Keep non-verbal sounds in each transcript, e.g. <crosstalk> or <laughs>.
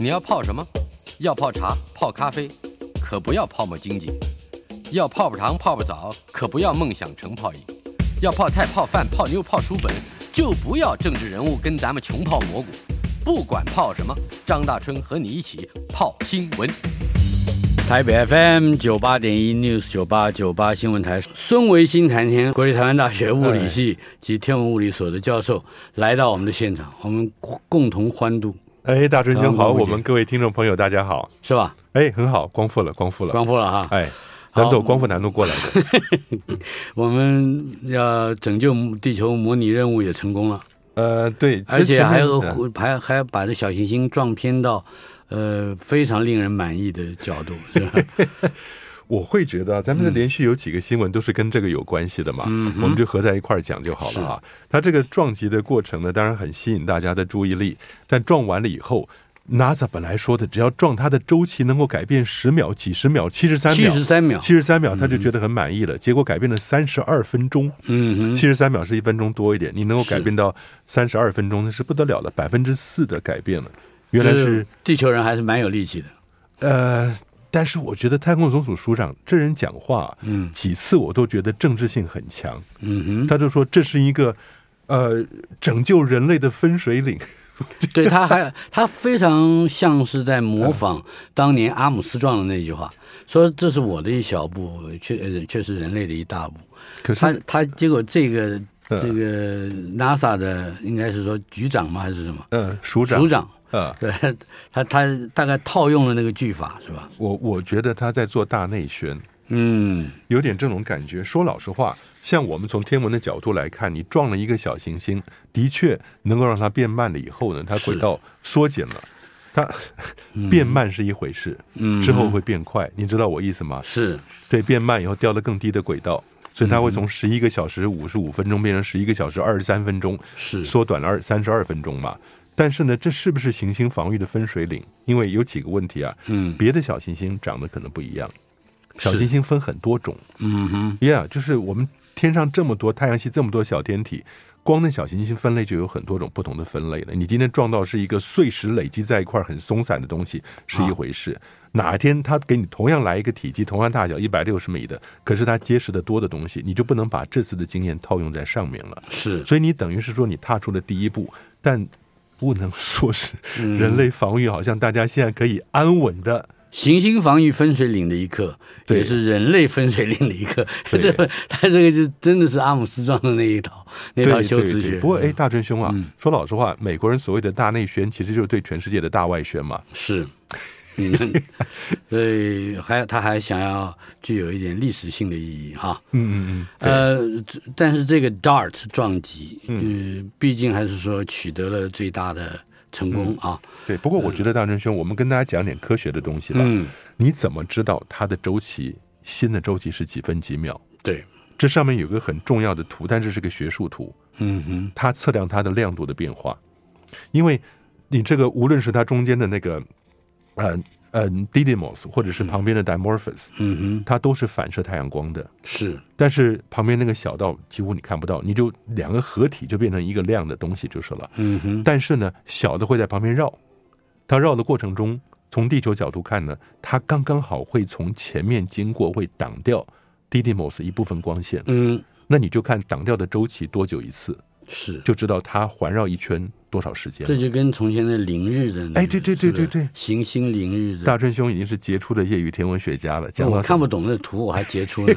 你要泡什么？要泡茶、泡咖啡，可不要泡沫经济；要泡泡糖、泡泡澡，可不要梦想成泡影；要泡菜、泡饭、泡妞、泡书本，就不要政治人物跟咱们穷泡蘑菇。不管泡什么，张大春和你一起泡新闻。台北 FM 九八点一 News 九八九八新闻台，孙维新谈天，国立台湾大学物理系哎及天文物理所的教授来到我们的现场，我们共同欢度，哎，大春兄刚刚好，过我节们各位听众朋友大家好。是吧？哎，很好，光复了，光复了。光复了哈，哎，好咱走光复南路过来的。我们要拯救地球模拟任务也成功了，呃，<laughs> 对，而且还有之前嗯还还把这小行星撞偏到呃非常令人满意的角度，是吧？我会觉得啊咱们嗯的连续有几个新闻都是跟这个有关系的嘛，我们就合在一块儿讲就好了啊。它这个撞击的过程呢，当然很吸引大家的注意力，但撞完了以后。NASA 本来说的，只要撞它的周期能够改变十秒、几十秒、七 <laughs> 十三七秒、十三秒，七十三秒，他就觉得很满意了。结果改变了三十二分钟，嗯哼，七十三秒是一分钟多一点，你能够是改变到三十二分钟，那是不得了的，百分之四的改变了。原来就是地球人还是蛮有力气的，呃，但是我觉得太空总署署长这人讲话，嗯几次我都觉得政治性很强。嗯哼，他就说这是一个呃拯救人类的分水岭， <laughs> 对，他还他非常像是在嗯模仿当年阿姆斯壮的那句话，说这是我的一小步，却呃却是人类的一大步。可他 <laughs> 是他结果这个嗯这个 NASA 的应该是说局长吗还是什么呃，署长署长？呃，对，他他大概套用了那个句法是吧？我我觉得他在做大内宣。嗯，有点这种感觉。说老实话，像我们从天文的角度来看，你撞了一个小行星，的确能够让它变慢了以后呢，它是轨道缩减了。它变慢是一回事，嗯之后会变快，你知道我意思吗？是对，变慢以后掉到更低的轨道，所以它会从嗯十一个小时五十五分钟变成十一个小时二十三分钟，是缩短了二三十二分钟嘛。但是呢，这是不是行星防御的分水岭？因为有几个问题啊，嗯别的小行星长得可能不一样，是小行星分很多种，嗯哼， Yeah，就是我们天上这么多太阳系这么多小天体，光那小行星分类就有很多种不同的分类了。你今天撞到是一个碎石累积在一块儿很松散的东西是一回事，哪一天它给你同样来一个体积同样大小一百六十米的，可是它结实的多的东西，你就不能把这次的经验套用在上面了。是所以你等于是说你踏出了第一步，但不能说是人类防御，好像大家现在可以安稳的。行星防御分水岭的一刻，对也是人类分水岭的一刻。对 <laughs> 这个他这个就真的是阿姆斯壮的那一套那对套对修辞对学。不过，哎，大真兄啊，嗯说老实话，美国人所谓的大内宣，其实就是对全世界的大外宣嘛。是， <laughs> 嗯，所以还他还想要具有一点历史性的意义哈。嗯嗯呃，这但是这个 DART 撞击，嗯、毕竟还是说取得了最大的成功啊。对。不过我觉得大真兄，我们跟大家讲点科学的东西吧。嗯，你怎么知道它的周期？新的周期是几分几秒？对，这上面有个很重要的图，但这是个学术图，嗯哼，它测量它的亮度的变化。因为你这个无论是它中间的那个，呃呃 Didymos，或者是旁边的 Dimorphos，嗯哼，它都是反射太阳光的。是但是旁边那个小道几乎你看不到，你就两个合体就变成一个亮的东西就是了。嗯哼，但是呢，小的会在旁边绕，它绕的过程中，从地球角度看呢，它刚刚好会从前面经过，会挡掉 Didymos 一部分光线。嗯那你就看挡掉的周期多久一次，是，就知道它环绕一圈多少时间这。就跟从前的凌日的那个，哎对对对是的对对行星凌日的大。春兄已经是杰出的业余天文学家了，讲到我看什不么懂那图，我还截出 <laughs> 呢。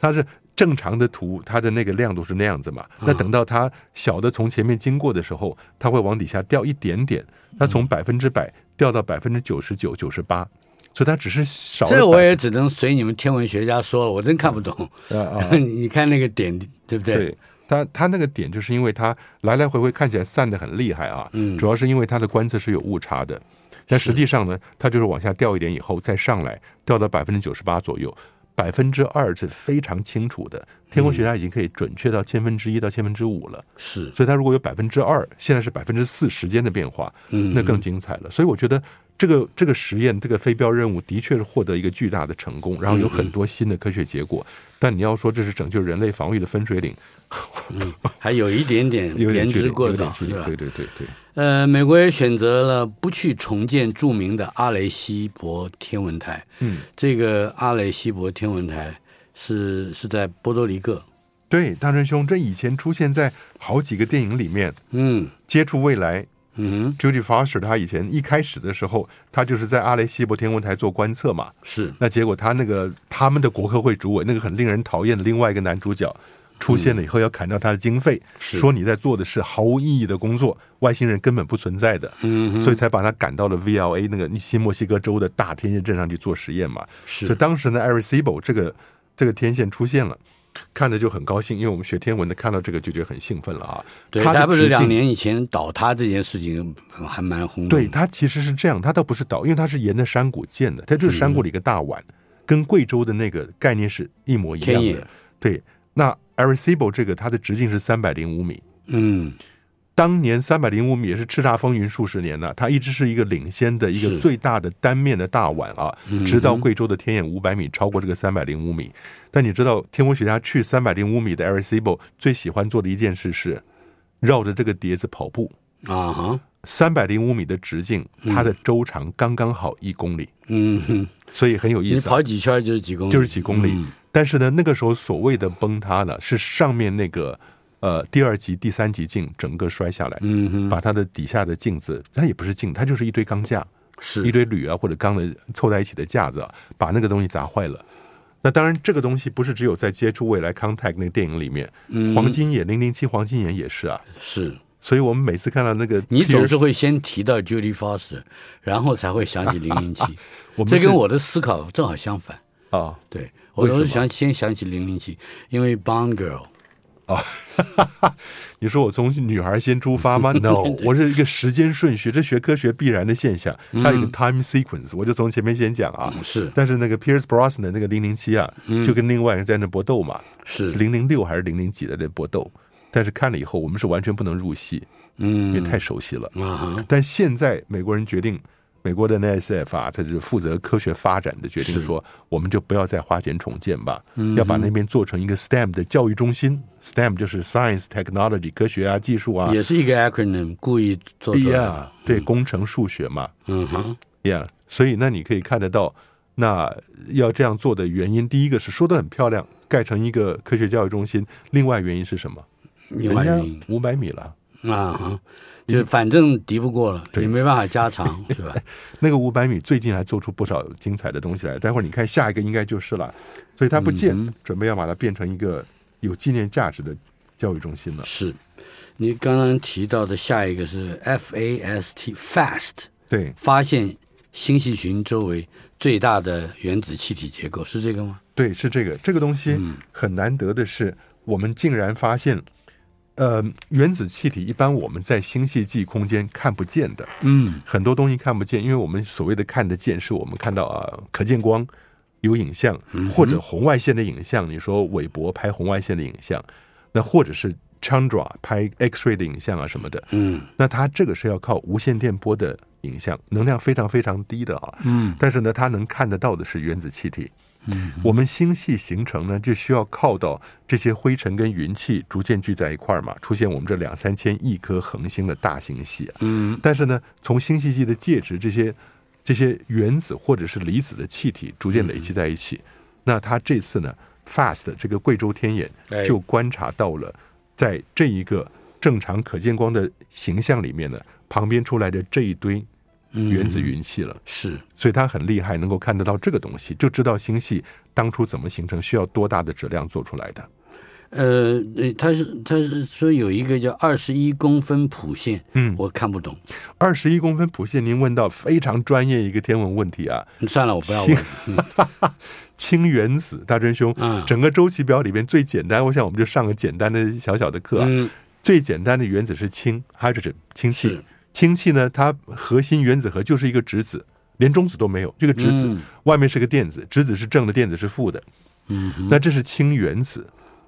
它是正常的图，它的那个亮度是那样子嘛。嗯那等到它小的从前面经过的时候，它会往底下掉一点点，嗯它从百分之百掉到百分之九十九、九十八，所以它只是少了百。这我也只能随你们天文学家说了，我真看不懂。啊 <laughs> 啊你看那个点，对不对？对，它它那个点就是因为它来来回回看起来散的很厉害啊，嗯主要是因为它的观测是有误差的。但实际上呢，它就是往下掉一点以后再上来，掉到百分之九十八左右，百分之二是非常清楚的。天文学家已经可以准确到千分之一到千分之五了。是，所以它如果有百分之二，现在是百分之四时间的变化，嗯那更精彩了。所以我觉得这个这个实验这个飞镖任务的确是获得一个巨大的成功，然后有嗯很多新的科学结果。但你要说这是拯救人类防御的分水岭，嗯 <laughs> 还有一点点有言点距离，之过有早点，距是离吧对？对对对，呃，美国也选择了不去重建著名的阿雷西博天文台。嗯，这个阿雷西博天文台是是在波多黎各。对，大川兄，这以前出现在好几个电影里面，《嗯接触未来》嗯哼， Judy Foster 他以前一开始的时候，他就是在阿雷西博天文台做观测嘛，是那结果他那个他们的国科会主委那个很令人讨厌的另外一个男主角出现了以后，要砍掉他的经费，是说你在做的是毫无意义的工作，外星人根本不存在的，嗯哼所以才把他赶到了 VLA 那个新墨西哥州的大天线镇上去做实验嘛。就是当时呢 a r e c i b o 这个这个天线出现了。看着就很高兴，因为我们学天文的看到这个就觉得很兴奋了啊！对，它的他不是直两径年以前倒塌这件事情呃还蛮轰动对，的。它其实是这样，它倒不是岛，因为它是沿着山谷建的，它就是山谷里一个大碗，跟贵州的那个概念是一模一样天的野。对，那 Arecibo 这个它的直径是三百零五米，嗯，当年三百零五米也是叱咤风云数十年了，它一直是一个领先的一是个最大的单面的大碗啊嗯，直到贵州的天眼五百米超过这个三百零五米。但你知道，天文学家去三百零五米的 Arecibo 最喜欢做的一件事是绕着这个碟子跑步。啊哈，三百零五米的直径，它的周长刚刚好一公里，嗯哼，所以很有意你思啊、跑几圈就是几公里，就是几公里。嗯但是呢，那个时候所谓的崩塌呢，是上面那个呃第二级、第三级镜整个摔下来，嗯哼，把它的底下的镜子，它也不是镜，它就是一堆钢架，是一堆铝啊或者钢的凑在一起的架子啊、把那个东西砸坏了。那当然，这个东西不是只有在接触未来 Contact 那个电影里面，嗯黄金眼零零七黄金眼也是啊。是。所以我们每次看到那个，你总是会，先提到 Judy Foster，然后才会想起零零七。 <laughs> 我们这是跟我的思考正好相反。啊对我总为是什么想先想起零零七，因为 Bond Girl <laughs> 你说我从女孩先出 <laughs> 发吗？No，我是一个时间顺序，这学科学必然的现象，嗯它有一个 time sequence，我就从前面先讲啊。是但是那个 Pierce Brosnan 那个零零七啊，就跟另外一个在那搏斗嘛，嗯是零零六还是零零几的那搏斗，但是看了以后，我们是完全不能入戏，因为嗯太熟悉了。啊哈但现在美国人决定，美国的 NSF 啊，它就是负责科学发展的，决定是嗯说，我们就不要再花钱重建吧，要把那边做成一个 STEM 的教育中心。STEM 就是 Science、Technology 科学啊、技术啊、也是一个 acronym 故意做出来嗯 yeah，的。对，工程数学嘛嗯哼， ，Yeah。所以那你可以看得到，那要这样做的原因，第一个是说的很漂亮，盖成一个科学教育中心；，另外原因是什么？有人原家因五百米了。啊哈，就是反正敌不过了，对也没办法加长，是 <laughs> 吧？那个五百米最近还做出不少精彩的东西来，待会儿你看下一个应该就是了。所以它不建，准备要把它变成一个有纪念价值的教育中心了。是。你刚刚提到的下一个是 F A S T FAST，对发现星系群周围最大的原子气体结构是这个吗？对，是这个这个东西很难得的是，我们竟然发现，呃，原子气体一般我们在星系际空间看不见的，嗯，很多东西看不见，因为我们所谓的看得见，是我们看到啊、可见光有影像，或者红外线的影像。你说韦伯拍红外线的影像，那或者是 Chandra 拍 X-ray 的影像啊什么的，嗯，那它这个是要靠无线电波的影像，能量非常非常低的啊。嗯，但是呢，它能看得到的是原子气体。嗯，我们星系形成呢，就需要靠到这些灰尘跟云气逐渐聚在一块儿嘛，出现我们这两三千亿颗恒星的大星系啊。嗯，但是呢，从星系系的介质这些这些原子或者是离子的气体逐渐累积在一起，那它这次呢，FAST 这个贵州天眼哎就观察到了，在这一个正常可见光的形象里面呢，旁边出来的这一堆原子云系了。嗯是所以它很厉害，能够看得到这个东西，就知道星系当初怎么形成，需要多大的质量做出来的。呃，呃他是他是说有一个叫二十一公分谱线，嗯，我看不懂，二十一公分谱线，您问到非常专业一个天文问题啊，算了，我不要问。 <laughs> 氢原子，大真兄，嗯整个周期表里边最简单，我想我们就上个简单的小小的课啊。嗯，最简单的原子是氢 （hydrogen），氢气是。氢气呢，它核心原子核就是一个质子，连中子都没有，这个质子、嗯外面是个电子，质子是正的，电子是负的。嗯，那这是氢原子。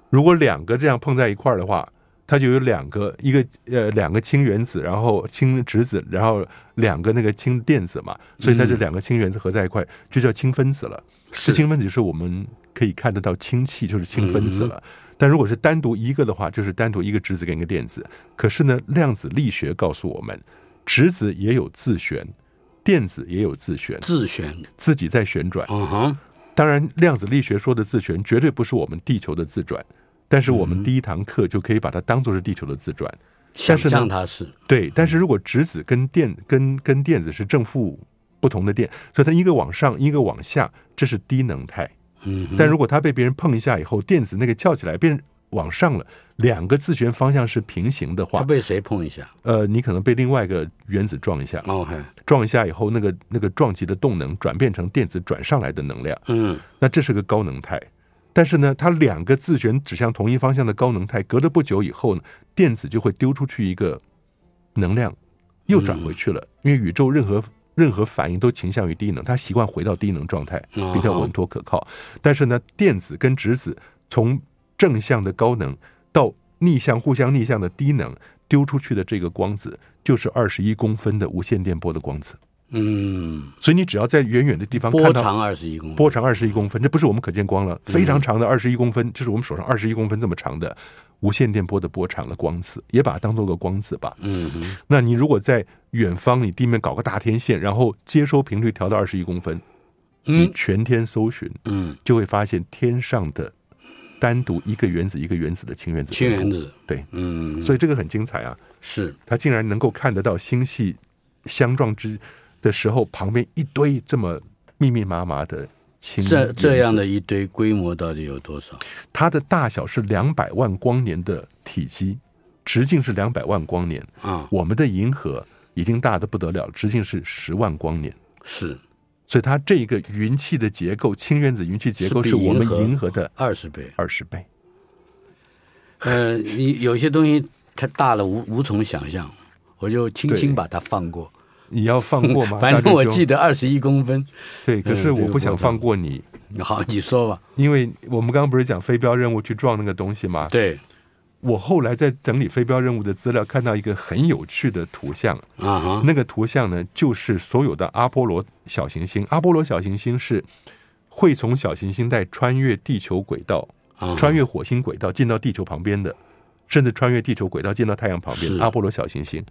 如果两个这样碰在一块儿的话，它就有两个，一个呃两个氢原子，然后氢质子，然后两个那个氢电子嘛，所以它嗯就两个氢原子合在一块，就叫氢分子了。这氢分子是我们可以看得到氢气，就是氢分子了。但如果是单独一个的话，就是单独一个质子跟一个电子。可是呢，量子力学告诉我们，质子也有自旋，电子也有自旋，自旋，自己在旋转。嗯哼，当然，量子力学说的自旋绝对不是我们地球的自转，但是我们第一堂课就可以把它当做是地球的自转。想是呢象它是，对，但是如果质子跟电跟跟电子是正负不同的电，所以它一个往上，一个往下，这是低能态。嗯哼，但如果它被别人碰一下以后，电子那个翘起来变往上了，两个自旋方向是平行的它话，被谁碰一下哦呃，你可能被另外一个原子撞一下， ？OK，撞一下以后，那个那个撞击的动能转变成电子转上来的能量，嗯，那这是个高能态。但是呢，它两个自旋指向同一方向的高能态，隔了不久以后呢，电子就会丢出去一个能量，又转回去了。嗯因为宇宙任何任何反应都倾向于低能，它习惯回到低能状态，比较稳妥可靠。但是呢，电子跟质子从正向的高能到逆向互相逆向的低能丢出去的这个光子，就是二十一公分的无线电波的光子。嗯，所以你只要在远远的地方波看到长二十一公分，波长二十一公分，这不是我们可见光了，嗯非常长的二十一公分，就是我们手上二十一公分这么长的无线电波的波长的光子，也把它当做个光子吧。嗯哼，那你如果在远方，你地面搞个大天线，然后接收频率调到二十一公分，你嗯全天搜寻，嗯，就会发现天上的单独一个原子一个原子的氢原子氢分布原子，对，嗯，所以这个很精彩啊，是它竟然能够看得到星系相撞之的时候，旁边一堆这么密密麻麻的氢这这样原子的一堆规模到底有多少？它的大小是两百万光年的体积，直径是两百万光年。啊，我们的银河已经大的不得了，直径是十万光年。是所以它这个云气的结构，氢原子云气结构是比是我们银河银河的二十倍。二十倍。呃，你有些东西它大了无无从想象，我就轻轻对把它放过。你要放过 <laughs> 吗？反正我记得得二十一公分。对，可这是个我不想波长放过你，好，你说吧。因为我们刚刚不是讲飞镖任务去撞那个东西吗？对我后来在整理飞镖任务的资料，看到一个很有趣的图像，啊哈，那个图像呢，就是所有的阿波罗小行星。阿波罗小行星是会从小行星带穿越地球轨道，啊穿越火星轨道进到地球旁边的，甚至穿越地球轨道进到太阳旁边是。阿波罗小行星，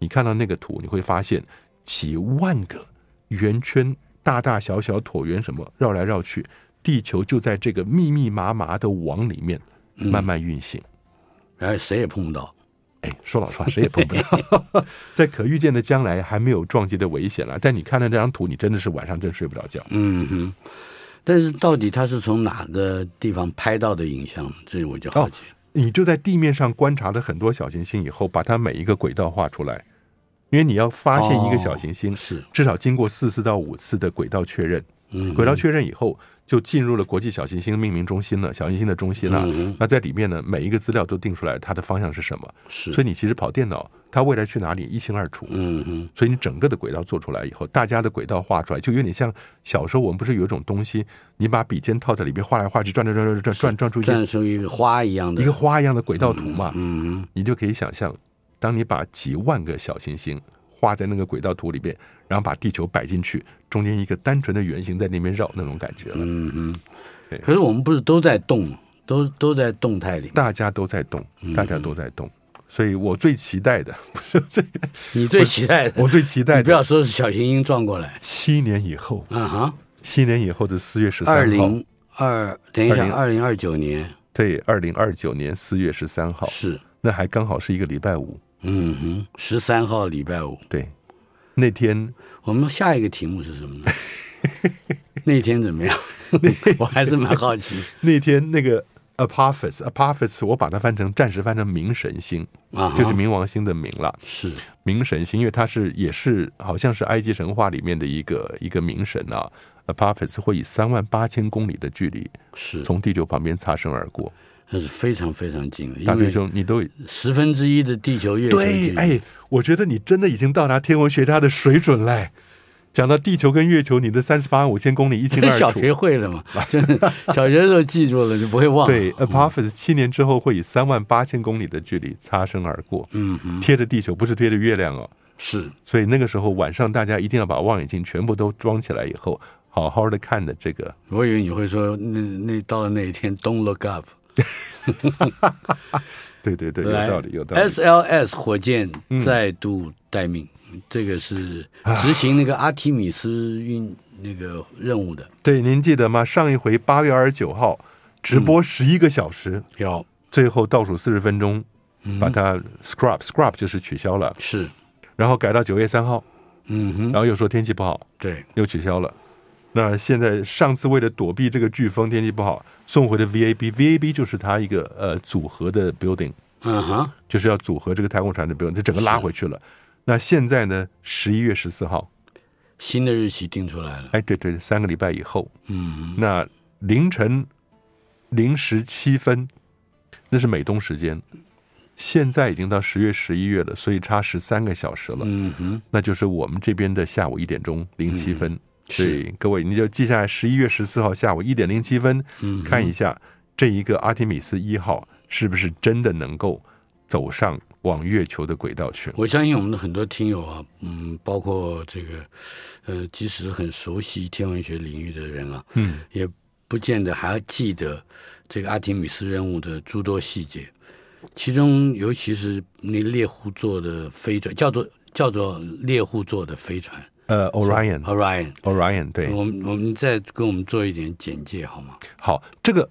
你看到那个图，你会发现几万个圆圈，大大小小椭圆什么绕来绕去，地球就在这个密密麻麻的网里面慢慢运行。然后谁也碰不到。哎，说老实话，谁也碰不到， <laughs> 在可预见的将来还没有撞击的危险了。但你看了这张图，你真的是晚上真睡不着觉。嗯哼，但是到底它是从哪个地方拍到的影像？这我就好奇。你就在地面上观察了很多小行星以后，把它每一个轨道画出来，因为你要发现一个小行星，是，至少经过四次到五次的轨道确认。嗯轨道确认以后，就进入了国际小行星命名中心了，小行星的中心了。嗯那在里面呢，每一个资料都定出来它的方向是什么，是，所以你其实跑电脑，它未来去哪里一清二楚。嗯哼，所以你整个的轨道做出来以后，大家的轨道画出来，就有点像小时候我们不是有一种东西，你把笔尖套在里面画来画去，转转转转转转转出一转个出一个花一样的一个花一样的轨道图嘛，嗯你就可以想象，当你把几万个小行星画在那个轨道图里边，然后把地球摆进去，中间一个单纯的圆形在那边绕那种感觉了。嗯哼对。可是我们不是都在动吗？都都在动态里。大家都在动，大家都在动，所以我最期待的，不是这个，你最期待的，我最期待你不要的，说是小行星撞过来七年以后，啊哈。七年以后的四月十二三号，零二，等一下，二零二九年对，二零二九年四月十三号，是，那还刚好是一个礼拜五，嗯哼，十三号礼拜五。对，那天我们下一个题目是什么 <laughs> 呢？ <laughs> 那天怎么样？我还是蛮好奇。那天那个 Apophis，Apophis，我把它翻成暂时翻成冥神星，啊哈， <laughs> 就是冥王星的冥了。是冥神星，因为它是也是好像是埃及神话里面的一个一个冥神啊。Apophis 会以三万八千公里的距离是，从地球旁边擦身而过，那是非常非常近的，大因飞为兄，你都十分之一的地球月球距对，离 <laughs> 哎，我觉得你真的已经到达天文学家的水准嘞。讲到地球跟月球，你的三十八万五千公里一清这 <laughs> 二小楚。学会了 <laughs> 嘛，真的，小学的时候记住了就不会忘了。对，Apophis 七年之后会以三万八千公里的距离擦身而过，嗯哼，贴着地球，不是贴着月亮哦。是所以那个时候晚上，大家一定要把望远镜全部都装起来，以后好好的看的这个我以为你会说那那到了那一天，Don't look up。对对对，有来道理，有道理。嗯 SLS 火箭再度待命，这个是啊执行那个阿提米斯运那个任务的。对，您记得吗？上一回八月二十九号直嗯播十一个小时，有最后倒数四十分钟嗯把它 scrub scrub 就是取消了，是，然后改到九月三号，嗯哼，然后又说天气不好，对，又取消了。那现在上次为了躲避这个飓风，天气不好，送回的 VAB，VAB 就是它一个呃组合的 building，嗯哼，就是要组合这个太空船的 building，就整个拉回去了。那现在呢？十一月十四号，新的日期定出来了。哎，对对，三个礼拜以后，嗯哼，那凌晨零时七分，那是美东时间，现在已经到十月十一月了，所以差十三个小时了，嗯哼，那就是我们这边的下午一点钟零七分。所嗯是以各位，你就记下来，十一月十四号下午一点零七分，嗯看一下这一个阿提米斯一号是不是真的能够走上往月球的轨道去。我相信我们的很多听友啊，嗯，包括这个，呃，即使是很熟悉天文学领域的人啊，嗯，也不见得还记得这个阿提米斯任务的诸多细节，其中尤其是那猎户座的飞船，叫做叫做猎户座的飞船呃，Orion，Orion， Orion。对，我们我们再跟我们做一点简介好吗？好，这个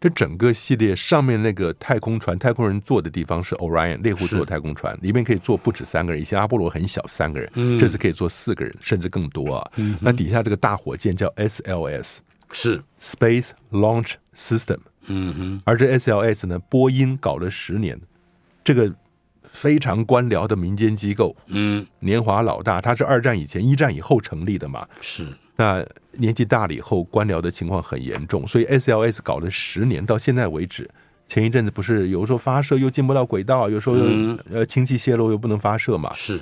这整个系列上面那个太空船，太空人坐的地方是 Orion 猎户座是太空船，里面可以坐不止三个人，以前阿波罗很小三个人，嗯这次可以坐四个人甚至更多啊。那底下这个大火箭叫 SLS 是， Space Launch System，嗯哼，而这 SLS 呢，波音搞了十年，这个非常官僚的民间机构，嗯，年华老大，他是二战以前、一战以后成立的嘛，是，那年纪大了以后，官僚的情况很严重，所以 SLS 搞了十年，到现在为止，前一阵子不是有时候发射又进不到轨道，有时候又、嗯呃氢气泄漏又不能发射嘛。是，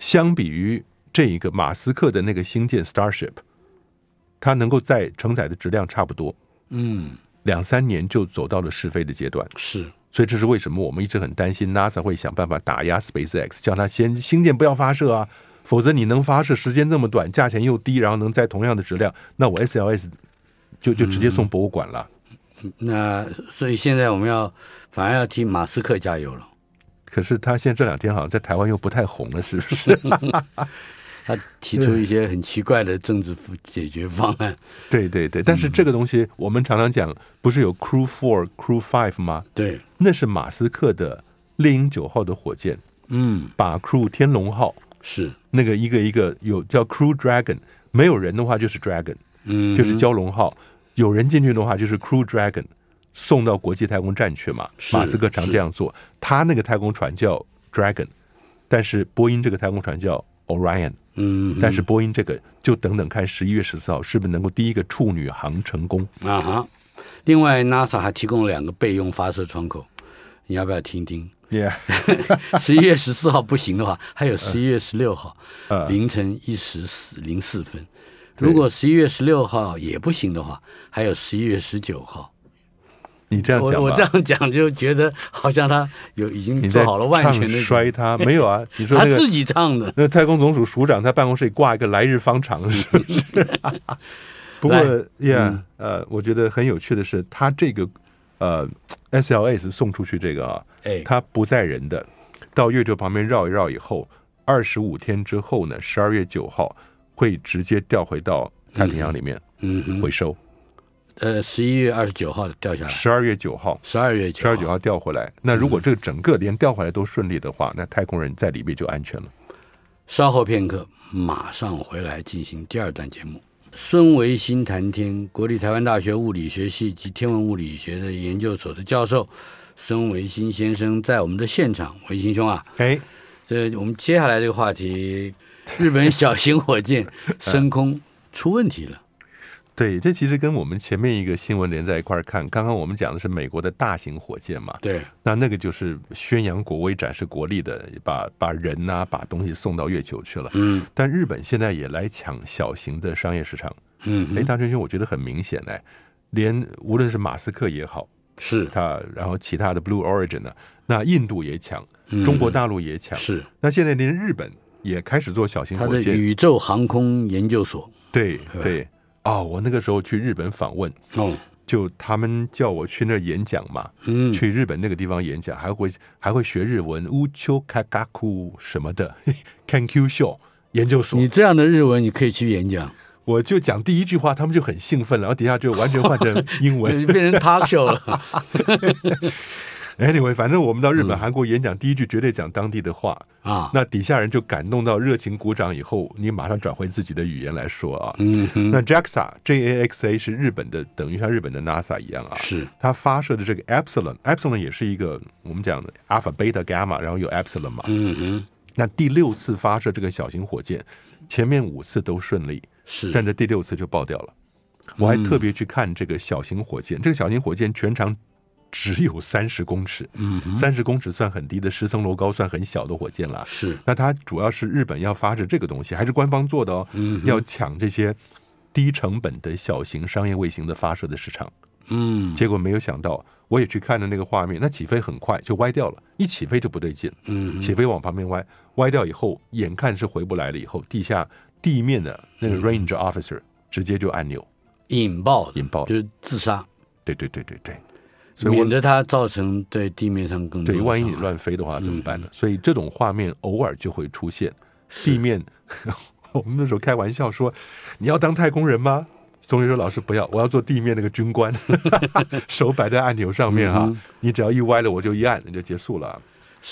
相比于这一个马斯克的那个星舰 Starship，它能够在承载的质量差不多，嗯，两三年就走到了试飞的阶段。是，所以这是为什么我们一直很担心 NASA 会想办法打压 SpaceX，叫它先星舰不要发射啊，否则你能发射时间这么短，价钱又低，然后能在同样的质量，那我 SLS 就就直接送博物馆了。那所以现在我们要反而要替马斯克加油了。可是他现在这两天好像在台湾又不太红了，是不是？他提出一些很奇怪的政治解决方案， <laughs> 对对对，但是这个东西我们常常讲，不是有 Crew Four、Crew Five 吗？对，那是马斯克的猎鹰九号的火箭，嗯，把 Crew 天龙号是，那个一个一个有叫 Crew Dragon，没有人的话就是 Dragon。嗯，就是蛟龙号，有人进去的话就是 Crew Dragon 送到国际太空站去嘛。是马斯克常这样做，他那个太空船叫 Dragon，但是波音这个太空船叫 Orion，嗯，但是波音这个就等等看十一月十四号是不是能够第一个处女航成功。啊哈。另外，NASA 还提供了两个备用发射窗口，你要不要听听？ <laughs> Yeah，十一月十四号不行的话，还嗯有十一月十六号、呃凌晨一时四零四分。对如果十一月十六号也不行的话，还有十一月十九号。你这样讲吧我我这样讲就觉得好像他有已经你做在好了万全唱的衰他没有啊？你说他那个自己唱的。那个太空总署署长他办公室里挂一个来日方长，是 <laughs> 不是？ <laughs> 不过来，Yeah，、嗯呃，我觉得很有趣的是，他这个呃 SLS 送出去这个啊，哎，它不在人的，到月球旁边绕一绕以后，二十五天之后呢，十二月九号会直接调回到太平洋里面、嗯嗯哼，回收，呃，十一月二十九号掉下来，十二月九号。十二月十九二九号调回来，那如果嗯这个整个连调回来都顺利的话，那太空人在里面就安全了。稍后片刻，马上回来进行第二段节目。孙维新谈天，国立台湾大学物理学系及天文物理学的研究所的教授孙维新先生在我们的现场。维新兄啊，哎，这我们接下来这个话 <laughs> 题，日本小型火箭升空出问题了。对，这其实跟我们前面一个新闻连在一块儿看。刚刚我们讲的是美国的大型火箭嘛，对，那那个就是宣扬国威、展示国力的，把把人呐、把东西送到月球去了。嗯但日本现在也来抢小型的商业市场。嗯哎，哼，大圈圈，我觉得很明显哎，连无论是马斯克也好，是他然后其他的 Blue Origin 呢、那印度也抢，嗯中国大陆也抢，是那现在连日本也开始做小型他火的箭。宇宙航空研究所。对对，哦，我那个时候去日本访问，哦，就他们叫我去那儿演讲嘛，嗯，去日本那个地方演讲，还会还会学日文乌丘卡嘎库什么的 <laughs> ，Kanku Show 研究所你，这样的日文你可以去演讲，我就讲第一句话，他们就很兴奋，然后底下就完全换 <laughs> 成英文。变成 talk show <laughs> 了。 anyway，反正我们到日嗯本、韩国演讲，第一句绝对讲当地的话，啊，那底下人就感动到热情鼓掌，以后你马上转回自己的语言来说啊。嗯哼，那 JAXA J A X A 是日本的，等于像日本的 NASA 一样啊。是它发射的这个 Epsilon，Epsilon 也是一个我们讲的 alpha、beta、gamma，然后有 Epsilon 嘛。嗯哼，那第六次发射这个小型火箭，前面五次都顺利，是但这第六次就爆掉了。我还特别去看这个小型火箭，这个小型火箭全长只有三十公尺，嗯三十公尺算很低的，十层楼高算很小的火箭了。是，那它主要是日本要发射这个东西，还是官方做的哦，要抢这些低成本的小型商业卫星的发射的市场。嗯结果没有想到，我也去看了那个画面，那起飞很快就歪掉了，一起飞就不对劲，嗯起飞往旁边歪，歪掉以后，眼看是回不来了，以后地下地面的那个 range officer 直接就按钮引爆的，引爆就，是自杀，对对对对对，所以我免得它造成对地面上更多对，的万一伤你害乱飞的话怎么办呢？所以这种画面偶尔就会出现。地面， <laughs> 我们那时候开玩笑说，你要当太空人吗？同学说：“老师不要，我要做地面那个军官， <laughs> 手摆在按钮上面哈、你只要一歪了，我就一按，那就结束了啊。”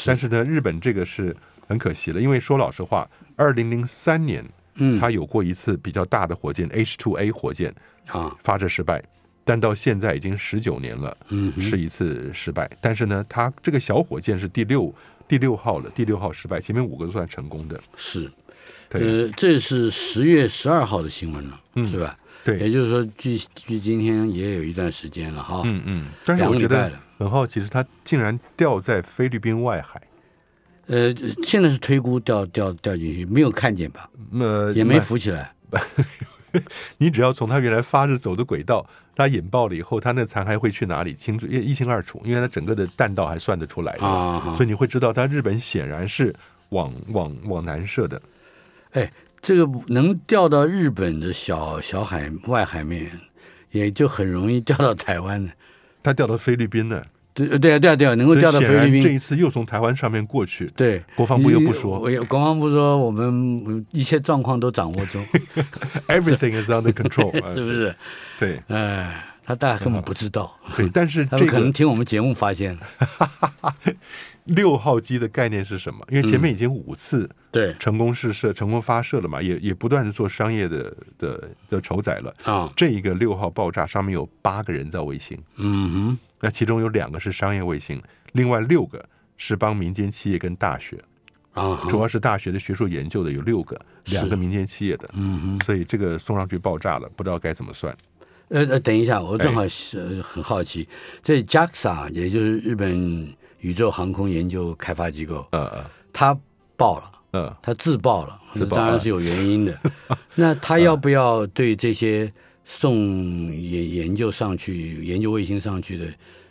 但是呢，日本这个是很可惜了，因为说老实话，二零零三年，嗯它有过一次比较大的火箭 H two A 火箭啊，发射失败，但到现在已经十九年了，嗯哼是一次失败。但是呢，它这个小火箭是第六第六号了，第六号失败，前面五个都算成功的。是，对嗯呃，这是十月十二号的新闻了，是吧？也对，就是说，距距今天也有一段时间了哈。嗯嗯。但是两我个觉礼拜得了很好奇，是它竟然掉在菲律宾外海，呃，现在是推估掉掉掉进去，没有看见吧？那呃也没浮起来。你只要从它原来发射走的轨道，它引爆了以后，它那残骸会去哪里，清楚一一清二楚，因为它整个的弹道还算得出来的，啊哈所以你会知道，它日本显然是往往往南射的。哎，这个能掉到日本的小小海外海面，也就很容易掉到台湾的。它掉到菲律宾呢，对呃对啊对啊对啊，能够所以掉到显菲然律这宾一。次又从台湾上面 <laughs> 过去，对，国防部又不说我也国防部说我们一切状况都掌握 <laughs> 中， ，everything is <laughs> under control，呃是不是？对哎，他大家根本不知道，对，但是他 <laughs> 这们可能个听我们节目发现了。六号机的概念是什么？因为前嗯面已经五次对成功试射、成功发射了嘛，也也不断的做商业的的的筹载了。啊，这一个六号爆炸上面有八个人造卫星，嗯那其中有两个是商业卫星，另外六个是帮民间企业跟大学，哼啊，主要是大学的学术研究的有六个，两个民间企业的，嗯所以这个送上去爆炸了，不知道该怎么算。呃呃，等一下，哎我正好是、呃很好奇，这 JAXA 也就是日本宇宙航空研究开发机构，呃呃它爆了。呃，他自爆了，自爆啊当然是有原因的。 <laughs> 那他要不要对这些送研研究上去、研究卫星上去的，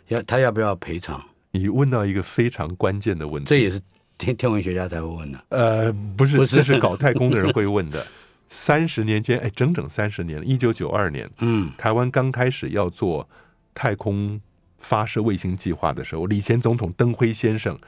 要他要不要赔偿？你问到一个非常关键的问题，这也是天天文学家才会问的。呃，不是，不是这是搞太空的人会问的。三十年间，哎，整整三十年，一九九二年，嗯，台湾刚开始要做太空发射卫星计划的时候，李前总统登辉先生，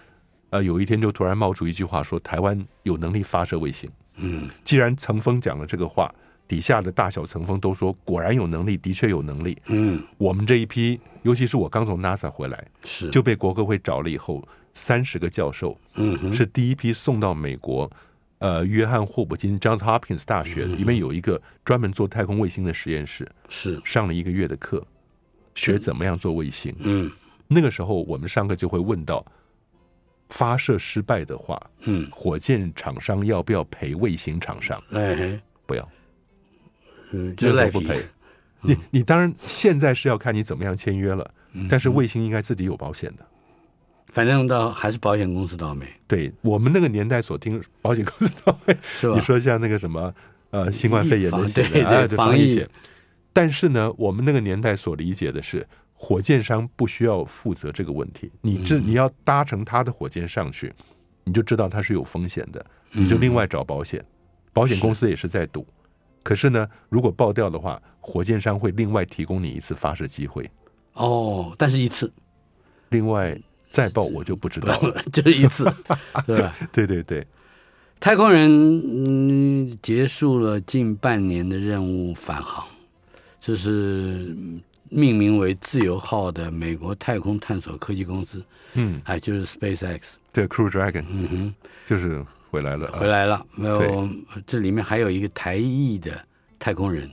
呃，有一天就突然冒出一句话说，台湾有能力发射卫星。嗯，既然层峰讲了这个话，底下的大小层峰都说，果然有能力，的确有能力。嗯，我们这一批，尤其是我刚从 NASA 回来，是，就被国科会找了以后，三十个教授嗯哼是第一批送到美国，呃约翰霍普金 （Johns Hopkins 大学）里面有一个专门做太空卫星的实验室，是，上了一个月的课，学怎么样做卫星。嗯那个时候我们上课就会问到，发射失败的话，嗯，火箭厂商要不要赔卫星厂商？哎，不要，嗯，那就时赖候不皮，赔。你你当然现在是要看你怎么样签约了，但是卫星应该自己有保险的。反正到还是保险公司倒霉，对我们那个年代所听保险公司到位，是吧？你说像那个什么呃新冠肺炎的防险对啊对防疫疫险，但是呢，我们那个年代所理解的是，火箭商不需要负责这个问题，你这嗯你要搭乘他的火箭上去，你就知道它是有风险的，嗯你就另外找保险，保险公司也是在赌。可是呢，如果爆掉的话，火箭商会另外提供你一次发射机会，哦，但是一次，另外再爆我就不知道了。就是一次， <laughs> 对吧？对对对，太空人嗯结束了近半年的任务返航，这是嗯命名为“自由号”的美国太空探索科技公司，嗯，哎，就是 SpaceX。对，Crew Dragon 嗯哼，就是回来了啊，回来了。没有，这里面还有一个台裔的太空人，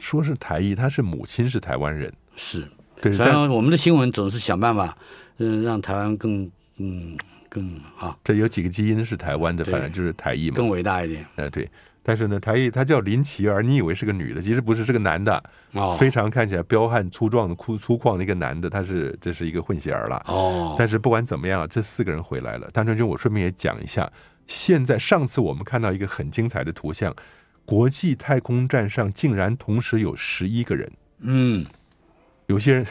说是台裔，他是母亲是台湾人，是。对，虽但然我们的新闻总是想办法，嗯，让台湾更嗯更啊这有几个基因是台湾的，对反正就是台裔嘛更，伟大一点呃，对。但是呢，台裔他叫林奇儿，你以为是个女的，其实不是，是个男的，哦非常看起来彪悍粗壮的粗粗犷的一个男的，他是这是一个混血儿啦。哦但是不管怎么样，这四个人回来了。单纯君，我顺便也讲一下，现在上次我们看到一个很精彩的图像，国际太空站上竟然同时有十一个人，嗯有些人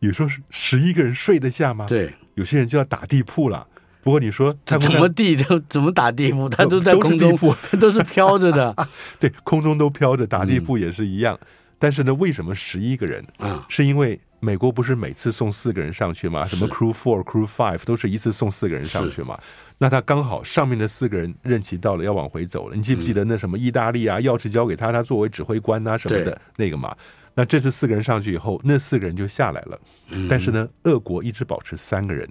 有时候是十一个人睡得下吗？对，有些人就要打地铺了。不过你说太怎空么站地都怎么打地铺，它都在都是空中地铺， <laughs> 都是飘着的 <laughs> 对空中都飘着，打地嗯铺也是一样。但是呢，为什么十一个人？啊，是因为美国不是每次送四个人上去吗？什么 Crew Four、Crew Five 都是一次送四个人上去嘛？那他刚好上面的四个人任期到了，要往回走了。你记不嗯记得那什么意大利啊，钥匙交给他，他作为指挥官啊什么对的那个嘛？那这次四个人上去以后，那四个人就下来了。但是呢，俄国一直保持三个人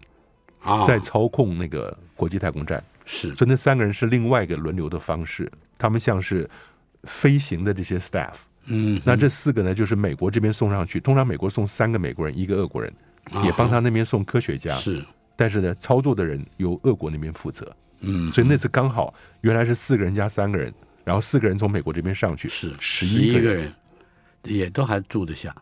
嗯啊，在操控那个国际太空站。是所以那三个人是另外一个轮流的方式，他们像是飞行的这些 staff。嗯，那这四个呢，就是美国这边送上去，通常美国送三个美国人，一个俄国人，也帮他那边送科学家。啊是但是呢，操作的人由俄国那边负责。嗯所以那次刚好原来是四个人加三个人，然后四个人从美国这边上去，是十一一个人。人，也都还住得下，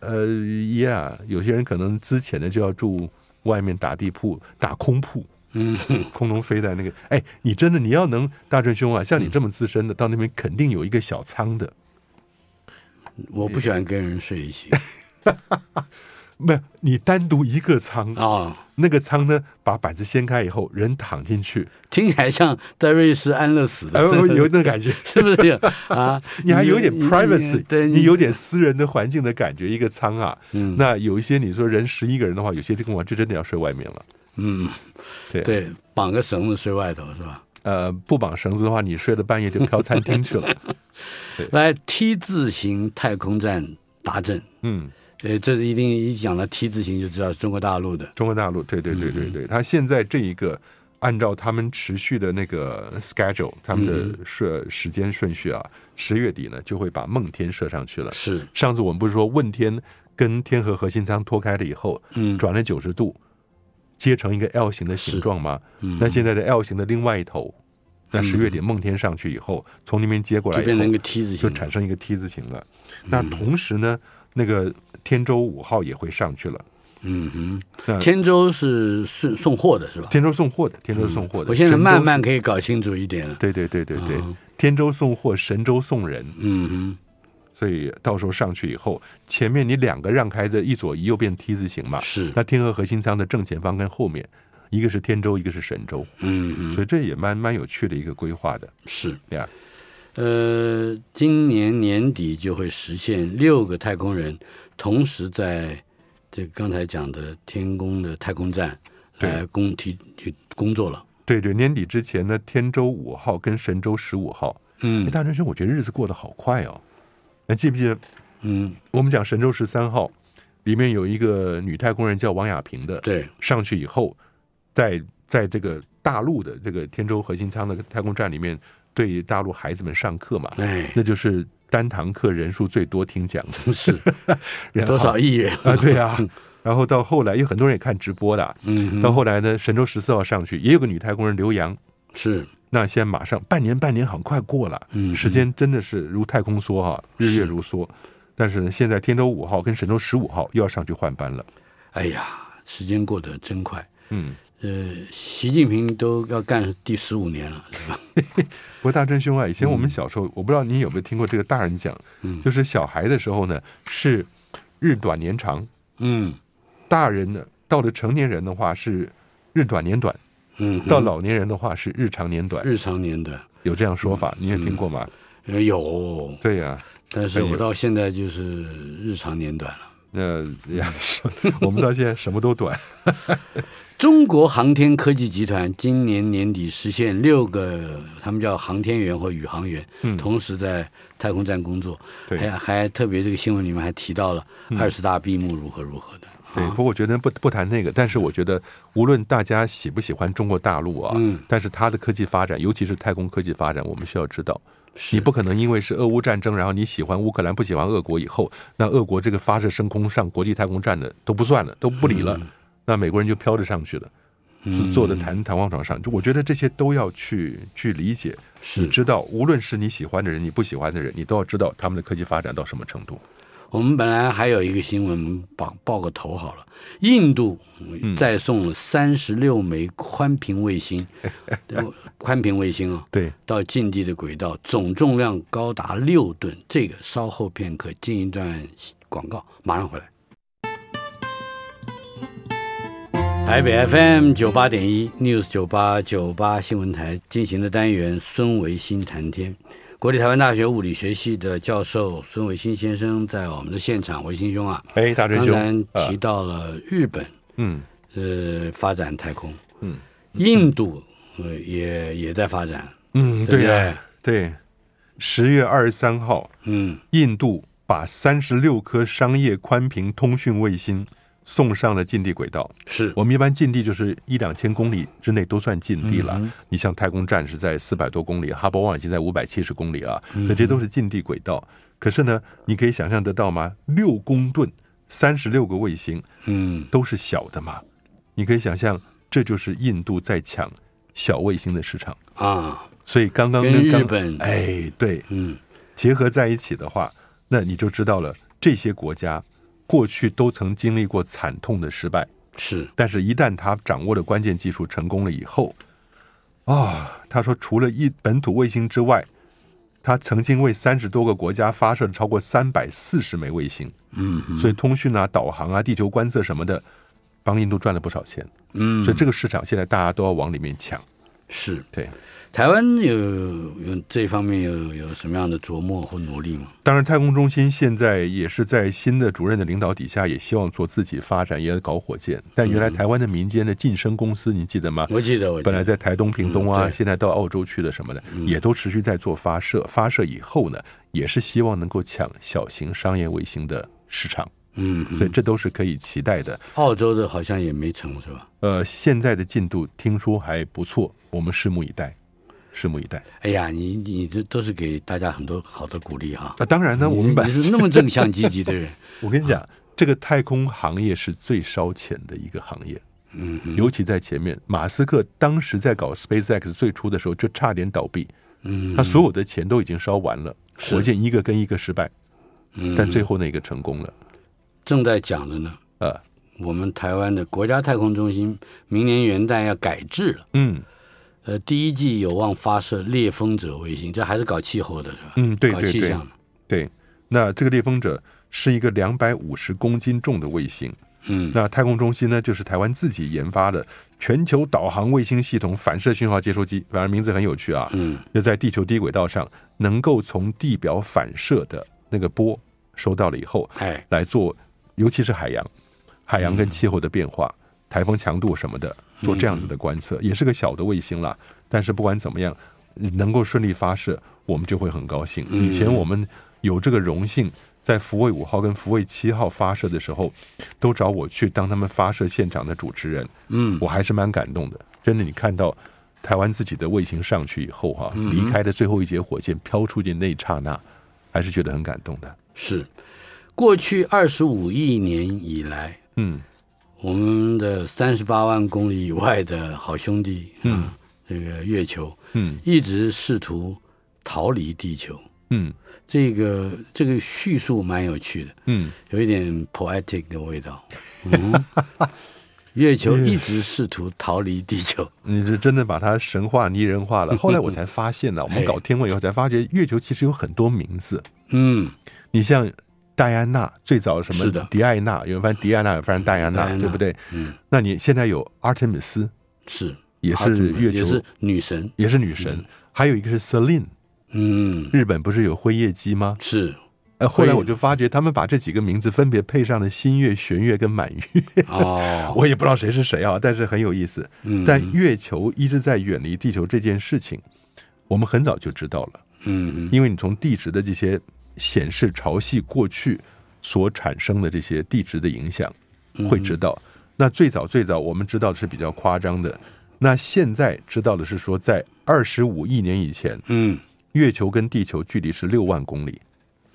呃，yeah，有些人可能之前呢就要住外面打地铺、打空铺。嗯，空中飞在那个，哎，你真的你要能大正兄啊，像嗯你这么资深的，到那边肯定有一个小仓的，我不喜欢跟人睡一 <laughs> 起没有你单独一个仓，啊。那个仓呢，把板子掀开以后，人躺进去，听起来像在瑞士安乐死的，哎，，有有那感觉 <laughs> 是不是 <laughs> 有啊？你还有点你 privacy，对你有点私人的环境的感觉，一个仓啊，嗯那有一些你说人十一个人的话，有些这个玩就真的要睡外面了，嗯，对对，绑个绳子睡外头是吧？呃，不绑绳子的话，你睡到半夜就飘餐厅去了， <laughs> 来 T 字形太空站达阵，嗯。呃，这是一定一讲到 T 字形就知道是中国大陆的，中国大陆，对对对嗯对对，他现在这一个按照他们持续的那个 schedule，他们嗯的顺时间顺序啊，十月底呢就会把梦天射上去了。是上次我们不是说问天跟天河核心舱脱开了以后，嗯转了九十度，接成一个 L 型的形状吗？嗯那现在的 L 型的另外一头，那十月底梦天上去以后，从那边接过来就以变成一后个，T 字就形，产生一个 T 字形了。嗯那同时呢，那个天舟五号也会上去了。嗯哼。那天舟是送送货的是吧？嗯天舟送货的，天舟送货的。我现在神舟慢慢嗯可以搞清楚一点了。哦对对对对对，天舟送货，神舟送人，嗯所以到时候上去以后，前面你两个让开的一左一右变 T 字形嘛哼，，是，啊那天河核心舱的正前方跟后面，一个是天舟，一个是神舟，嗯哼所以这也蛮蛮有趣的一个规划的是。呀。呃，今年年底就会实现六个太空人同时在这个刚才讲的天宫的太空站对来工提去工作了。对对，年底之前呢，天舟五号跟神舟十五号，哎嗯大学生，我觉得日子过得好快哦。那记不记得嗯，我们讲神舟十三号里面有一个女太空人叫王亚平的，对，上去以后，在在这个大陆的这个天舟核心舱的太空站里面对大陆孩子们上课嘛，哎，那就是单堂课人数最多听讲的，真是然 <laughs> 后多少亿元？啊？对啊，然后到后来，有很多人也看直播的啊，嗯到哼，后来呢，神舟十四号上去也有个女太空人刘洋，是，那现在马上半年，半年好快过了，嗯，时间真的是如太空梭哈、日月如梭。但是呢，现在天舟五号跟神舟十五号又要上去换班了，哎呀，时间过得真快。嗯。呃，习近平都要干第十五年了，是吧？不过大真兄啊，以前我们小时候，我不知道你有没有听过这个大人讲，嗯就是小孩的时候呢是日短年长，嗯大人呢到了成年人的话是日短年短，嗯哼，到老年人的话是日长年短，日常年的有这样嗯说法，你也听过吗？呃有，对呀、但是哎我呦到现在就是日常年短了。那也是 <laughs> 我们到现在什么 <laughs> 都短，中国航天科技集团今年年底实现六个，他们叫航天员或宇航员，嗯同时在太空站工作，对嗯还还特别这个新闻里面还提到了二十大闭幕如何如何的，啊对，不过我觉得不不谈那个，但是我觉得无论大家喜不喜欢中国大陆啊，嗯但是它的科技发展，尤其是太空科技发展，我们需要知道，是你不可能因为是俄乌战争，然后你喜欢乌克兰不喜欢俄国以后，那俄国这个发射升空上国际太空站的都不算了，都不理了，嗯那美国人就飘着上去了，是坐在弹弹簧床上，就我觉得这些都要去去理解，你是知道，无论是你喜欢的人，你不喜欢的人，你都要知道他们的科技发展到什么程度。我们本来还有一个新闻，我们报报个头好了。印度嗯再送三十六枚宽频卫星，呃宽频卫星啊，对，到近地的轨道，总重量高达六吨。这个稍后片刻进一段广告，马上回来。台北 FM 九八点一 News 九八九八新闻台进行的单元《孙维新谈天》，国立台湾大学物理学系的教授孙维新先生在我们的现场，维新兄啊，哎，大真刚才兄，啊提到了日本，嗯呃，发展太空，嗯，印度呃也也在发展，嗯，对不对呀、对？对，十月二十三号，嗯，印度把三十六颗商业宽频通讯卫星送上了近地轨道。是，我们一般近地就是一两千公里之内都算近地了。嗯你像太空站是在四百多公里，哈勃望远镜在五百七十公里啊，所以这都是近地轨道。可是呢，你可以想象得到吗？六公吨，三十六个卫星嗯，都是小的嘛，你可以想象，这就是印度在抢小卫星的市场。啊，所以刚刚跟那刚日本哎，对，嗯，结合在一起的话，那你就知道了这些国家过去都曾经历过惨痛的失败，是，但是一旦他掌握了关键技术成功了以后，啊、他说除了一本土卫星之外，他曾经为三十多个国家发射了超过三百四十枚卫星，嗯哼所以通讯啊、导航啊、地球观测什么的，帮印度赚了不少钱。嗯所以这个市场现在大家都要往里面抢。是对，台湾有有这方面有有什么样的琢磨或努力吗？当然，太空中心现在也是在新的主任的领导底下，也希望做自己发展，也搞火箭。但原来嗯台湾的民间的晋升公司，你记得吗？我记得我记得本来在台东、屏东嗯啊，对嗯现在到澳洲去的什么的，也都持续在做发射。发射以后呢，也是希望能够抢小型商业卫星的市场，嗯哼，所以这都是可以期待的。澳洲的好像也没成是吧？呃，现在的进度听说还不错，我们拭目以待，拭目以待。哎呀，你你这都是给大家很多好的鼓励哈。那当然呢，我你们啊本你是那么正向积极的人， <laughs> 我跟你讲，这个太空行业是最烧钱的一个行业。嗯哼，尤其在前面，马斯克当时在搞 SpaceX 最初的时候就差点倒闭，嗯他所有的钱都已经烧完了，是火箭一个跟一个失败，嗯，但最后那个成功了。正在讲着呢。呃，我们台湾的国家太空中心明年元旦要改制了，嗯呃，第一季有望发射猎风者卫星，这还是搞气候的是吧？嗯，对搞对气对象的，对。那这个猎风者是一个两百五十公斤重的卫星，嗯，那太空中心呢，就是台湾自己研发的全球导航卫星系统反射讯号接收机，反正名字很有趣啊。嗯，就在地球低轨道上，能够从地表反射的那个波收到了以后，哎，来做，尤其是海洋、海洋跟气候的变化、台风强度什么的，做这样子的观测，也是个小的卫星啦。但是不管怎么样，能够顺利发射，我们就会很高兴。以前我们有这个荣幸，在福卫五号跟福卫七号发射的时候，都找我去当他们发射现场的主持人，嗯，我还是蛮感动的。真的，你看到台湾自己的卫星上去以后哈、离开的最后一节火箭飘出去那一刹那，还是觉得很感动的。是，过去二十五亿年以来，嗯，我们的三十八万公里以外的好兄弟，嗯，这个月球，嗯，一直试图逃离地球。嗯这个这个叙述蛮有趣的，嗯，有一点 poetic 的味道。 <laughs> 嗯，月球嗯一直试图逃离地球，你是真的把它神化、拟人化 <laughs> 了。后来我才发现呢，我们搞天文以后才发觉，月球其实有很多名字。嗯，你像戴安娜，最早什是么的迪艾娜，有人翻迪安娜，有人翻戴安戴娜，安娜对不对？嗯，那你现在有阿特米斯，是，也是月也球是，嗯女神，也是女神，还有一个是 Celine。嗯，日本不是有辉夜姬吗？是呃，后辉来夜我就发觉他们把这几个名字分别配上了新月、弦月跟满月，哦， <laughs> 我也不知道谁是谁啊，但是很有意思。嗯但月球一直在远离地球这件事情，我们很早就知道了，嗯因为你从地质的这些显示潮汐过去所产生的这些地质的影响，嗯会知道。那最早最早我们知道的是比较夸张的，那现在知道的是说，在二十五亿年以前，嗯月球跟地球距离是六万公里，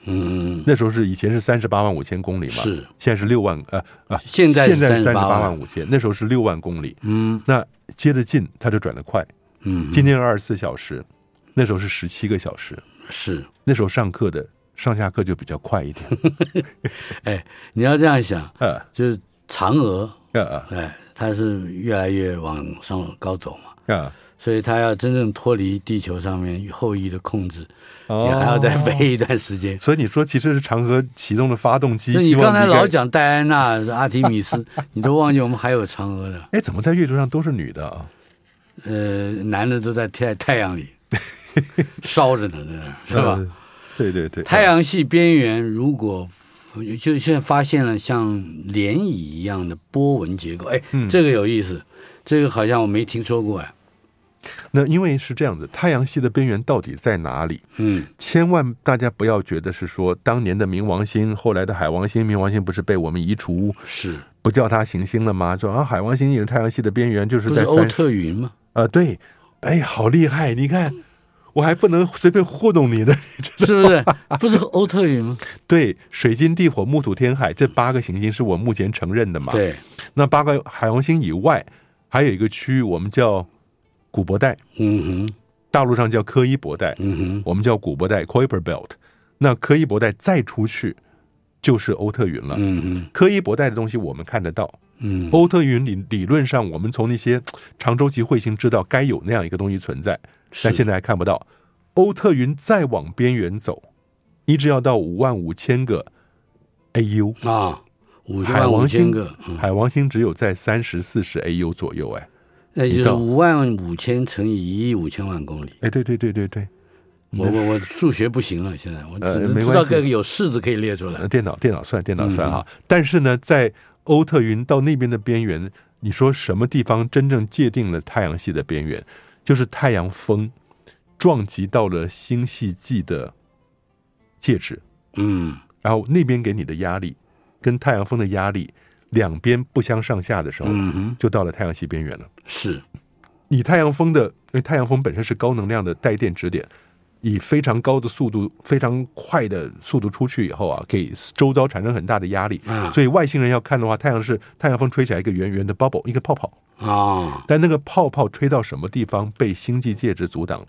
嗯，那时候是以前是三十八万五千公里嘛，是，现在是六万呃啊，现在是现在是三十38八万万五千，那时候是六万公里，嗯那接着近它就转得快，嗯，今天二十四小时，那时候是十七个小时，是。那时候上课的上下课就比较快一点， <laughs> 哎，你要这样想，呃就是嫦娥，呃呃哎，它是越来越往上高走嘛，呃，所以它要真正脱离地球上面后羿的控制，哦也还要再飞一段时间。所以你说其实是嫦娥启动的发动机，那你 <laughs> 希望刚才一个老。讲戴安娜、阿提米斯， <laughs> 你都忘记我们还有嫦娥了。哎，怎么在月球上都是女的啊？呃，男的都在太太阳里烧着呢，在那儿是吧？呃？对对对，太阳系边缘如果就现在发现了像涟漪一样的波纹结构，哎，嗯这个有意思，这个好像我没听说过哎。那因为是这样子，太阳系的边缘到底在哪里？嗯，千万大家不要觉得是说当年的冥王星，后来的海王星，冥王星不是被我们移除，是不叫它行星了吗？说啊，海王星也是太阳系的边缘，就是不是在欧三特云吗？啊、对，哎，好厉害！你看，我还不能随便糊弄你的。 <laughs> 是不是？不是欧特云吗？对，水金地火木土天海这八个行星是我目前承认的嘛？，对，那八个海王星以外，还有一个区域我们叫古伯带，嗯哼，大陆上叫柯伊伯带，嗯哼，我们叫古伯带 （Kuiper Belt）。那柯伊伯带再出去就是欧特云了。嗯哼，柯伊伯带的东西我们看得到，嗯，欧特云理理论上我们从那些长周期彗星知道该有那样一个东西存在，但现在还看不到。欧特云再往边缘走，一直要到五万五千个 AU，啊，五十海万王五千星个，嗯，海王星只有在三十四十 AU 左右，哎那就你是到五万五千乘以一亿五千万公里。哎，对对对对对，我我我数学不行了，现在我嗯呃只没知关道系这个有式子可以列出来呃。电脑电脑算电脑算啊。但是呢，在欧特云到那边的边缘，你说什么地方真正界定了太阳系的边缘？就是太阳风撞击到了星系际的介质，嗯，然后那边给你的压力跟太阳风的压力两边不相上下的时候，嗯哼，就到了太阳系边缘了。是，以太阳风的，因为太阳风本身是高能量的带电指点，以非常高的速度、非常快的速度出去以后啊，给周遭产生很大的压力。啊所以外星人要看的话，太阳是太阳风吹起来一个圆圆的 bubble，一个泡泡，啊，但那个泡泡吹到什么地方被星际介质阻挡了，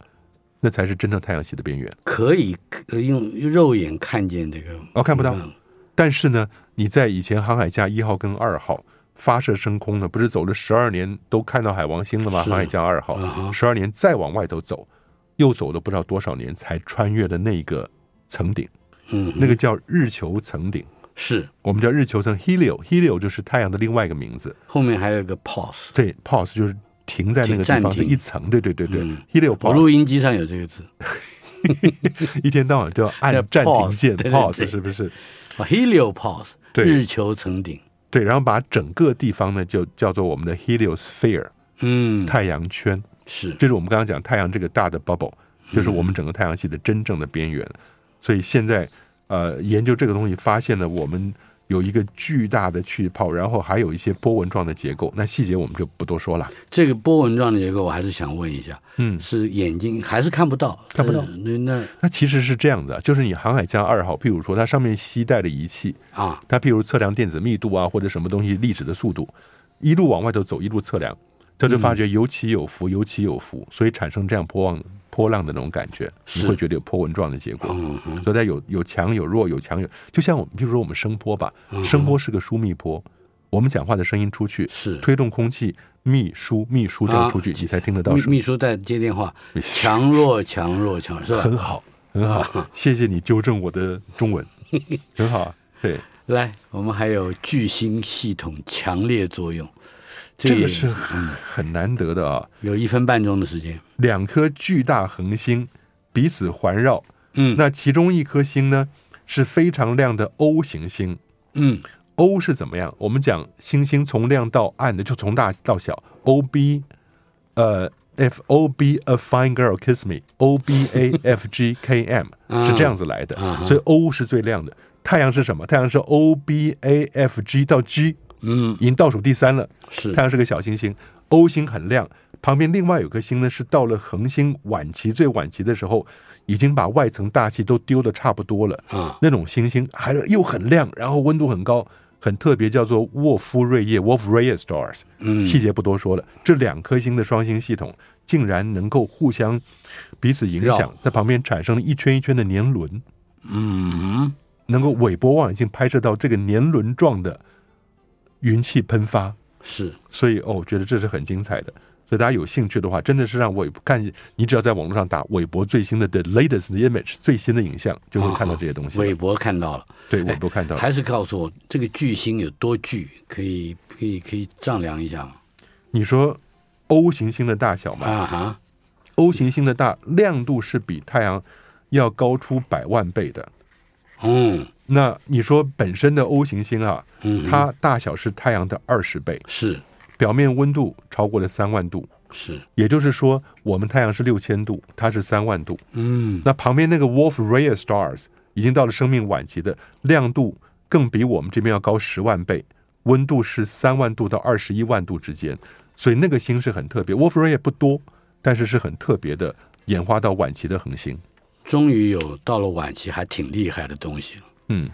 那才是真正太阳系的边缘。可以呃用肉眼看见这个，哦，看不到。嗯但是呢，你在以前航海家一号跟二号发射升空呢，不是走了十二年都看到海王星了吗？是航海家二嗯哼号十二年再往外头走，又走了不知道多少年才穿越了那个层顶，嗯，那个叫日球层顶，是我们叫日球层 （helio），helio 就是太阳的另外一个名字。后面还有一个 pause。对，pause 就是停在那个地停暂方停是一层，对对对对嗯，helio 我录 pause 音机上有这个字一天到晚都要按叫暂停 pause，键对对对 pause 是不是？啊，helio pause，对日球层顶，对，然后把整个地方呢就叫做我们的 heliosphere 嗯，太阳圈。是这是我们刚刚讲太阳这个大的 bubble，就是嗯我们整个太阳系的真正的边缘。所以现在，呃，研究这个东西发现了我们有一个巨大的气泡，然后还有一些波纹状的结构。那细节我们就不多说了。这个波纹状的结构，我还是想问一下，嗯，是眼睛还是看不到？看不到呃那那它其实是这样的，就是你航海家二号，譬如说它上面携带的仪器，啊，它譬如测量电子密度啊，或者什么东西粒子的速度，一路往外头走，一路测量，他就发觉有起有伏，有起有伏，所以产生这样波浪波浪的那种感觉，是你会觉得有波纹状的结果。嗯哼，所以它有有强有弱，有强有，就像我们，譬如说我们声波吧，声波是个疏密波，我们讲话的声音出去，嗯是推动空气密疏密疏这样出去，啊你才听得到秘声音。秘书在接电话，强弱强弱强，是吧？很好，很啊好，谢谢你纠正我的中 <laughs> 文，很好啊，对。来，我们还有巨星系统强烈作用，这也个是嗯很很难得的啊！有一分半钟的时间。两颗巨大恒星彼此环绕，嗯那其中一颗星呢是非常亮的 O 型星。嗯 O 是怎么样？我们讲星星从亮到暗的，就从大到小。O B，呃，F O B a fine girl kiss me，O B A F G K M <laughs> 啊是这样子来的啊，哈所以 O 是最亮的。太阳是什么？太阳是 O B A F G 到 G，嗯，已经倒数第三了。是太阳是个小行星，O 星很亮，旁边另外有颗星呢，是到了恒星晚期最晚期的时候，已经把外层大气都丢的差不多了。啊，那种星星还又很亮，然后温度很高，很特别，叫做沃夫瑞叶 （Wolf Rayet Stars）。嗯细节不多说了。这两颗星的双星系统竟然能够互相彼此影响绕，在旁边产生了一圈一圈的年轮，嗯能够韦伯望远镜拍摄到这个年轮状的云气喷发。是所以哦，我觉得这是很精彩的。所以大家有兴趣的话，真的是让韦看，你只要在网络上打韦伯最新的 the latest image 最新的影像，就哦会看到这些东西了。嗯韦伯看到了，对韦伯看到了，还是告诉我这个巨星有多巨，可以可以可以丈量一下吗？你说 O 型星的大小嘛、啊哈， o 型星的大亮度是比太阳要高出百万倍的。嗯那你说本身的 O 型星啊，嗯，它大小是太阳的二十倍，是表面温度超过了三万度，是也就是说我们太阳是六千度，它是三万度。嗯那旁边那个 Wolf Rayet Stars 已经到了生命晚期的亮度，更比我们这边要高十万倍，温度是三万度到二十一万度之间，所以那个星是很特别。Wolf Rayet 不多，但是是很特别的演化到晚期的恒星。终于有到了晚期还挺厉害的东西了。嗯，